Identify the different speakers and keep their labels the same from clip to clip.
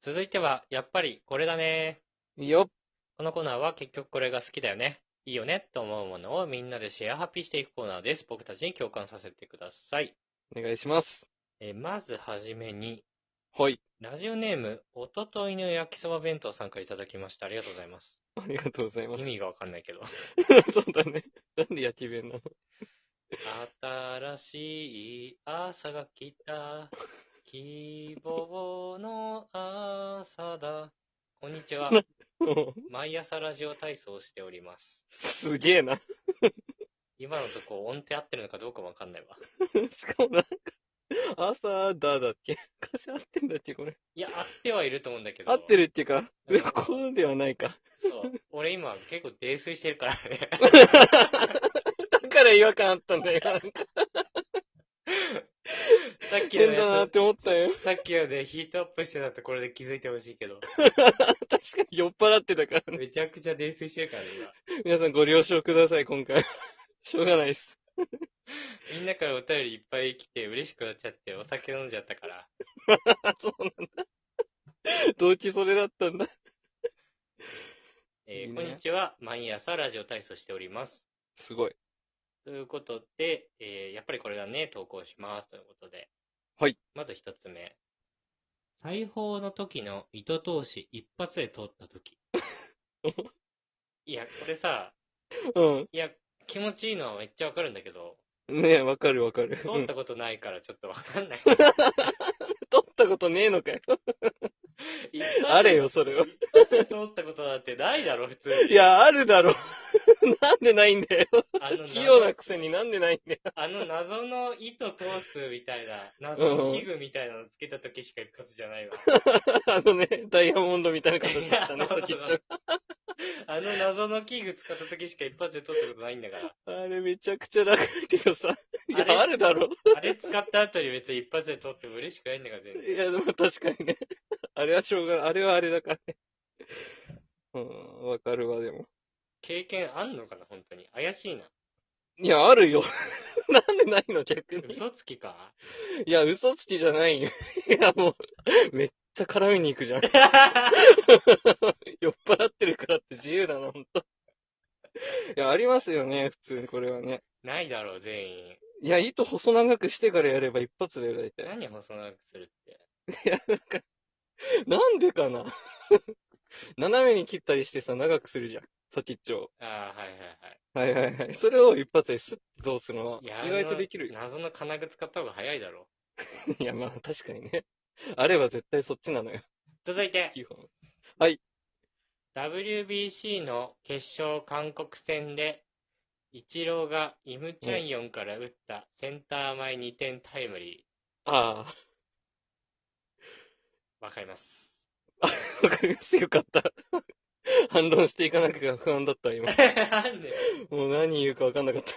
Speaker 1: 続いては、やっぱりこれだね。
Speaker 2: いいよ。
Speaker 1: このコーナーは結局これが好きだよね。いいよねと思うものをみんなでシェアハッピーしていくコーナーです。僕たちに共感させてください。
Speaker 2: お願いします。
Speaker 1: えーまずはじめに、
Speaker 2: はい。
Speaker 1: ラジオネーム、おとといの焼きそば弁当さんからいただきました。ありがとうございます。
Speaker 2: ありがとうございま
Speaker 1: 意
Speaker 2: す。
Speaker 1: 味がわかんないけど。
Speaker 2: そうだね。なんで焼き弁なの
Speaker 1: 新しい朝が来た。希望の朝だ。こんにちは。
Speaker 2: もう
Speaker 1: 毎朝ラジオ体操をしております。
Speaker 2: すげえな。
Speaker 1: 今のとこ音程合ってるのかどうかもわかんないわ。
Speaker 2: しかもなんか、朝だだっけ 歌詞合ってんだっけこれ。
Speaker 1: いや、合ってはいると思うんだけど。
Speaker 2: 合って
Speaker 1: る。
Speaker 2: るっていうか、
Speaker 1: うん
Speaker 2: こうではないか。
Speaker 1: そう。俺今結構泥酔してる からね。
Speaker 2: だから違和感あったんだよ。なんか
Speaker 1: さっきの
Speaker 2: 変だな
Speaker 1: や
Speaker 2: って思ったよ。
Speaker 1: つ、さっきのでヒートアップしてたところで気づいてほしいけ ど。
Speaker 2: 確かに酔っ払ってたからね。
Speaker 1: めちゃくちゃ泥酔してるからね、
Speaker 2: 皆さんご了承ください、今回。 しょうがないです。
Speaker 1: 今。みんなからお便りいっぱい来て嬉しくなっちゃってお酒飲んじゃったから。
Speaker 2: あ、そうなんだ。動機それだったんだ。
Speaker 1: えー
Speaker 2: いいね
Speaker 1: こんにちは。毎朝ラジオ体操しております。
Speaker 2: すごい。
Speaker 1: ということで、えーやっぱりこれだね、投稿します。ということで。
Speaker 2: はい。
Speaker 1: まず一つ目。裁縫の時の糸通し一発で通った時。 いや、これさ、
Speaker 2: う
Speaker 1: いや、気持ちいいのはめっちゃわかるんだけど、
Speaker 2: ん。ねえ、わかるわかる。う
Speaker 1: 通っ
Speaker 2: ん
Speaker 1: たことないからちょっとわかんない。
Speaker 2: 撮ったことねえのかよ。
Speaker 1: 一発で
Speaker 2: あれよそれは
Speaker 1: 一発で通ったことなんてないだろ、普通
Speaker 2: い
Speaker 1: に。
Speaker 2: や、あるだろ。なんでないんだよ。
Speaker 1: あの
Speaker 2: 器用
Speaker 1: 謎
Speaker 2: な、くせになんでないんだよ。
Speaker 1: あの謎の糸通すみたいな、謎の器具みたいなのつけた時しか一発じゃないわ。
Speaker 2: あのね、ダイヤモンドみ たいな形した
Speaker 1: いや
Speaker 2: ね、先っちょが。
Speaker 1: あの謎の器具使った時しか一発で取ったことないんだから。
Speaker 2: あれめちゃくちゃ楽だけどさ。い
Speaker 1: あれ
Speaker 2: や、あるだろ。
Speaker 1: あれ使った後に別に一発で取っても嬉しくないんだから、全然。
Speaker 2: いや、でも確かにね。 あれはしょうがあれはあれだからね。うん、わかるわ、でも。
Speaker 1: 経験あんのかな、本当に。怪しいな。
Speaker 2: いや、あるよ。 なんでないの、逆に。
Speaker 1: 嘘つき か
Speaker 2: いや、嘘つきじゃないよ。いや、もう、めっちゃ絡みに行くじゃん。 酔っ払ってるからって自由だな、ほんと。いや、ありますよね、普通にこれはね。
Speaker 1: ないだろう、全員。
Speaker 2: いや、糸細長くしてからやれば一発で大体。
Speaker 1: 何を細長くするって。
Speaker 2: いや、なんか、なんでかな 斜めに切ったりしてさ、長くするじゃん。先っちょを。
Speaker 1: ああ、はいは
Speaker 2: はいはいはい。それを一発でスッとどうするのはい
Speaker 1: はい。
Speaker 2: 意外とできる
Speaker 1: い
Speaker 2: よ。
Speaker 1: やあの謎の金具使った方が早いだろう。
Speaker 2: いや、まあ確かにね。あれば絶対そっちなのよ。
Speaker 1: 続いて、
Speaker 2: 基本。
Speaker 1: WBC の決勝韓国戦で、イチローがイムチャンヨンから打ったセンター前2点タイムリ
Speaker 2: あ
Speaker 1: ー。わかり ます。
Speaker 2: あ、わかります。よかった。反論していかなきゃ不安だった、今。
Speaker 1: なんで
Speaker 2: もう何言うかわかんなかった。
Speaker 1: い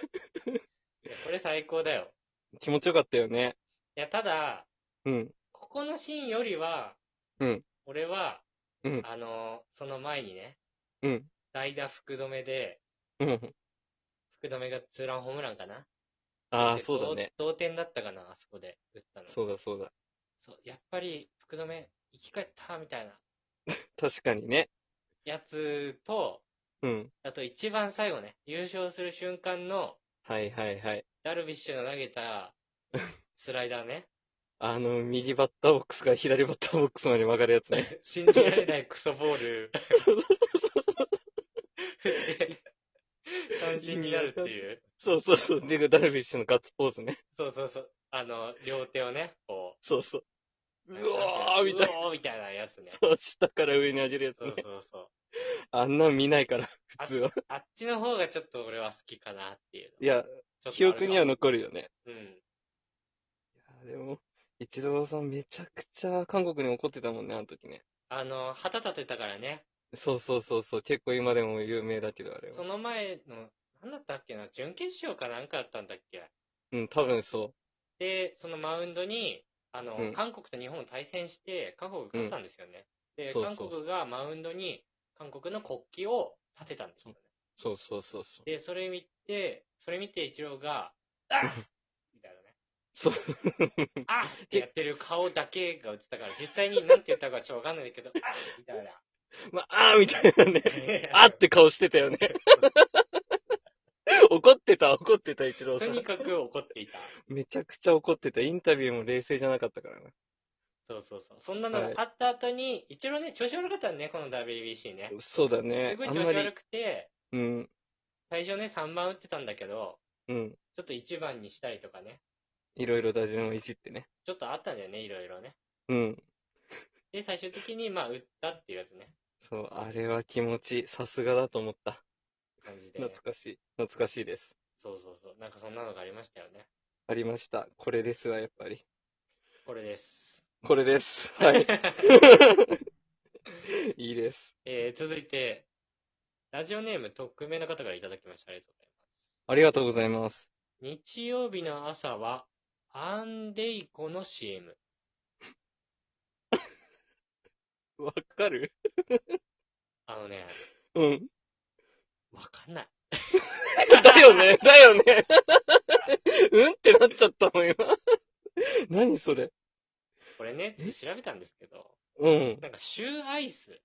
Speaker 1: やこれ最高だよ。
Speaker 2: 気持ちよかったよね。
Speaker 1: いや、ただ、
Speaker 2: うん。
Speaker 1: ここのシーンよりは、
Speaker 2: うん
Speaker 1: 俺は、
Speaker 2: うん
Speaker 1: あの、その前にね、
Speaker 2: うん。
Speaker 1: 代打福留で、
Speaker 2: うん。
Speaker 1: 福留がツーランホームランかな
Speaker 2: ああ、
Speaker 1: で
Speaker 2: そうだね。
Speaker 1: 同同点だったかな、あそこで打ったの。
Speaker 2: そうだそうだ。
Speaker 1: そうやっぱり、福留、生き返った、みたいな
Speaker 2: 確かにね。
Speaker 1: やつと、
Speaker 2: うん。
Speaker 1: あと一番最後ね、優勝する瞬間の、
Speaker 2: はいはいはい。
Speaker 1: ダルビッシュの投げ た、スライダーね。
Speaker 2: あの、右バッターボックスが左バッターボックスまで曲がるやつね。
Speaker 1: 信じられないクソボール。 振って三振になるっていう。
Speaker 2: そうそうそう。で、ダルビッシュのガッツポーズね。
Speaker 1: そうそうそう。あの、両手をね、こ
Speaker 2: そうそう。
Speaker 1: う。
Speaker 2: うわーみたいな。
Speaker 1: な。うおーみたいなやつね。
Speaker 2: そう、下から上に上げるやつ
Speaker 1: そう
Speaker 2: ね。
Speaker 1: そうそう。
Speaker 2: あんなん見ないから、普通は。
Speaker 1: あっちの方がちょっと俺は好きかなっていう。
Speaker 2: いや、
Speaker 1: ちょっと
Speaker 2: 記憶には
Speaker 1: ある
Speaker 2: 残るよね。
Speaker 1: わうん。
Speaker 2: いやでも、イチローさんめちゃくちゃ韓国に怒ってたもんね、あの時ね。
Speaker 1: あの、旗立てたからね。
Speaker 2: そうそうそうそう。結構今でも有名だけど、あれは
Speaker 1: そ。の前の、なんだったっけな、準決勝かなんかだったんだっけ。
Speaker 2: うん、多分そ
Speaker 1: で、そのマウンドに、あの、
Speaker 2: うん
Speaker 1: 韓国と日本を対戦して、韓国が勝ったんですよね。で、
Speaker 2: そうそうそう
Speaker 1: 韓国がマウンドに、韓国の国旗を立てたんですよね。
Speaker 2: う。そうそうそうそう。
Speaker 1: で、それ見て、それ見て一郎が、あっみたいなね。
Speaker 2: そう。
Speaker 1: あっってやってる顔だけが映ったから、実際に何て言ったかちょっとわかんないけど、あっみたいな。
Speaker 2: まあ、あーみたいなね。 あって顔してたよね。怒ってた、怒ってた、一郎
Speaker 1: と
Speaker 2: さん
Speaker 1: に。かく怒っていた。
Speaker 2: めちゃくちゃ怒ってた。インタビューも冷静じゃなかったからな。
Speaker 1: そうそうそう。そんなのがあった後に、一応ね、調子悪かったね、この WBC ね。
Speaker 2: そうだ
Speaker 1: す
Speaker 2: ね
Speaker 1: ご。い
Speaker 2: あん
Speaker 1: 調子
Speaker 2: まり
Speaker 1: 悪、くて、
Speaker 2: うん、
Speaker 1: 最初ね、3番打ってたんだけど、
Speaker 2: うん。
Speaker 1: ちょっと1番にしたりとかね、
Speaker 2: いろいろ打順をいじってね。
Speaker 1: ちょっとあったんだよね、いろいろね。
Speaker 2: うん。
Speaker 1: で、最終的に、まあ、打ったっていうやつね、
Speaker 2: そう、あれは気持ちいい。さすがだと思った。
Speaker 1: 感じで。
Speaker 2: 懐かしい。懐かしいです。
Speaker 1: そうそうそう。なんかそんなのがありましたよね。
Speaker 2: ありました。これですわ、やっぱり。
Speaker 1: これです。
Speaker 2: これです。 はい。 いいです。
Speaker 1: えー、続いて、ラジオネーム匿名の方からいただきました。ありがとうございます。
Speaker 2: ありがとうございます。
Speaker 1: 日曜日の朝は、アンデイコの CM。
Speaker 2: わかる
Speaker 1: あのね、
Speaker 2: うん。
Speaker 1: わかんない。
Speaker 2: だよね、だよね。うんってなっちゃったの、今。何それ。
Speaker 1: これね、ちょっと調べたんですけど、
Speaker 2: うん、
Speaker 1: なんかシューアイス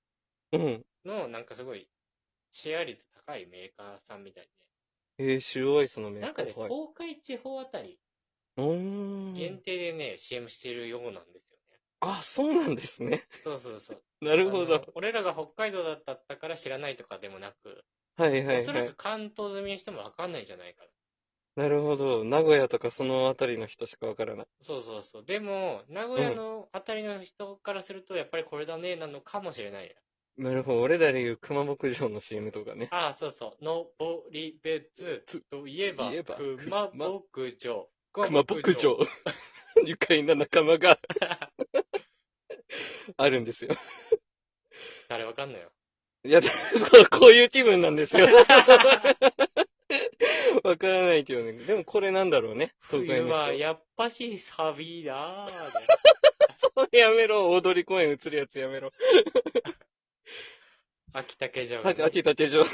Speaker 2: うん。
Speaker 1: のなんかすごいシェア率高いメーカーさんみたい
Speaker 2: えー、シューアイスのメ
Speaker 1: で、
Speaker 2: ー
Speaker 1: なん
Speaker 2: カ
Speaker 1: か
Speaker 2: ー。
Speaker 1: ね、
Speaker 2: はい。
Speaker 1: 東海地方あたり
Speaker 2: うーん
Speaker 1: 限定でね、CM してるようなんですよ
Speaker 2: あ、 そうなんですね。
Speaker 1: ね。そうそう そう。
Speaker 2: なるほ
Speaker 1: あの
Speaker 2: ど。
Speaker 1: 俺らが北海道だったから知らないとかでもなく、
Speaker 2: はいは
Speaker 1: お
Speaker 2: い
Speaker 1: そ
Speaker 2: は
Speaker 1: らく
Speaker 2: い。
Speaker 1: 関東済みにしてもわかんないんじゃないかな。
Speaker 2: なるほど。名古屋とかそのあたりの人しかわからない。
Speaker 1: そうそうそう。でも、名古屋のあたりの人からすると、やっぱりこれだね、なのかもしれないね。
Speaker 2: なるほど。俺らで言う熊牧場の CM とかね。
Speaker 1: ああ、そうそう。のぼり別といえば
Speaker 2: 言えば、
Speaker 1: 熊牧場。
Speaker 2: 熊牧。場。 愉快な仲 間が。あるんですよ。
Speaker 1: あれわかんないよ。
Speaker 2: いや、 そう、こういう気分なんですよ。 わからないけどね。でもこれなんだろうね。東海
Speaker 1: 冬
Speaker 2: の
Speaker 1: は
Speaker 2: 人。
Speaker 1: やっぱしサビだ ーで。
Speaker 2: や めろ、大通公園映るやつやめろ。
Speaker 1: 秋竹城が
Speaker 2: あ
Speaker 1: ね
Speaker 2: 秋竹 城。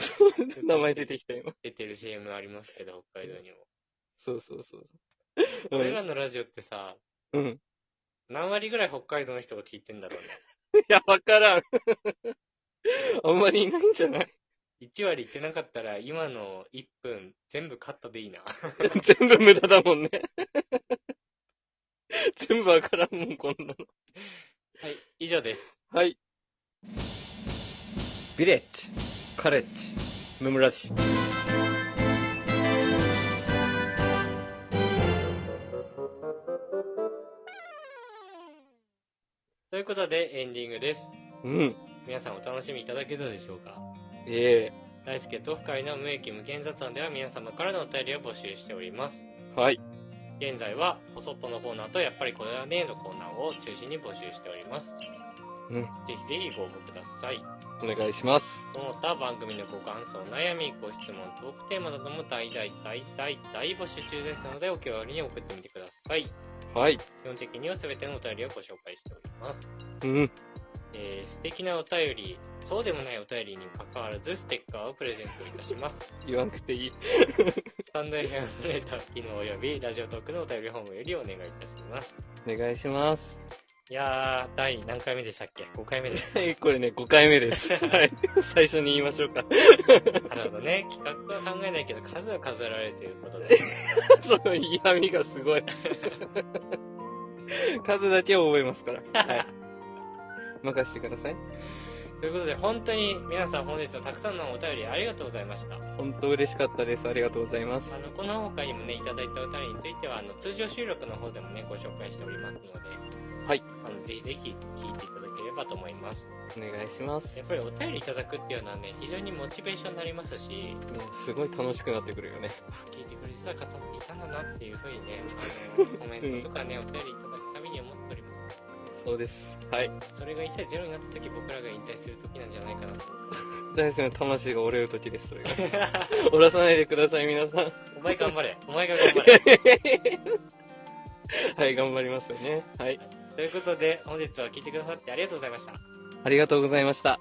Speaker 2: 名前出てきた今。
Speaker 1: 出てる CM ありますけど、北海道にも。
Speaker 2: そうそうそう。うん
Speaker 1: 俺らのラジオってさ、
Speaker 2: うん。
Speaker 1: 何割ぐらい北海道の人が聞いてんだろうね。
Speaker 2: いや、わからん。あんまりいないんじゃない
Speaker 1: 1割言ってなかったら、今の1分、全部カットでいいな。
Speaker 2: 全部無駄だもんね。 全部わからんもん、こんなの。
Speaker 1: はい、以上です。
Speaker 2: はい。ビレッジ、カレッジ、ムムラジ。
Speaker 1: ということで、エンディングです。
Speaker 2: うん。
Speaker 1: 皆さんお楽しみいただけたでしょうか
Speaker 2: ええ
Speaker 1: 大輔と深井の無益無限雑談では皆様からのお便りを募集しております。
Speaker 2: はい。
Speaker 1: 現在は、ホソットのコーナーとやっぱりこれはねーのコーナーを中心に募集しております。
Speaker 2: うん。
Speaker 1: ぜひぜひご応募ください。
Speaker 2: お願いします。
Speaker 1: その他番組のご感想、悩み、ご質問、トークテーマなども大大大大大募集中ですのでお気軽に送ってみてください。
Speaker 2: はい。
Speaker 1: 基本的には全てのお便りをご紹介しております。
Speaker 2: うん。
Speaker 1: えー素敵なお便り、そうでもないお便りにもかかわらずステッカーをプレゼントいたします。
Speaker 2: 言わなくていい。
Speaker 1: スタンド FM のレター機能およびラジオトークのお便りホームよりお願いいたします。
Speaker 2: お願いします。
Speaker 1: いやー、第何回目でしたっけ ?5 回目です。
Speaker 2: はい、 これね、5回目 です。はい。最初に言いましょう か。
Speaker 1: なるほどね。企画は考えないけど数は数えられるということで。
Speaker 2: その嫌味がすご い。数だけは覚えますから。はい。任せてください。
Speaker 1: ということで、本当に皆さん本日はたくさんのお便りありがとうございました。
Speaker 2: 本当嬉しかったです。ありがとうございます
Speaker 1: あ。の、この他にもね、いただいたお便りについては、あの、通常収録の方でもね、ご紹介しておりますので、
Speaker 2: はい。
Speaker 1: あの、ぜひぜひ聞いていただければと思います。
Speaker 2: お願いします。
Speaker 1: やっぱりお便りいただくっていうのはね、非常にモチベーションになりますし、
Speaker 2: ねすごい楽しくなってくるよね。
Speaker 1: あ聞いてくれてた方っていたんだなっていうふうにね、あの、コメントと かね、お便りいただくたびに思っておりま
Speaker 2: そうです。はい。
Speaker 1: す。それが一切ゼロになった時、僕らが引退する時なんじゃないかな と。
Speaker 2: 大好きな魂が折れる時です、そ れが。折らさないでください、皆さん。
Speaker 1: お前頑張れ。お前が頑張れ。
Speaker 2: はい、頑張りますよね。はい。
Speaker 1: ということで、本日は聞いてくださってありがとうございました。
Speaker 2: ありがとうございました。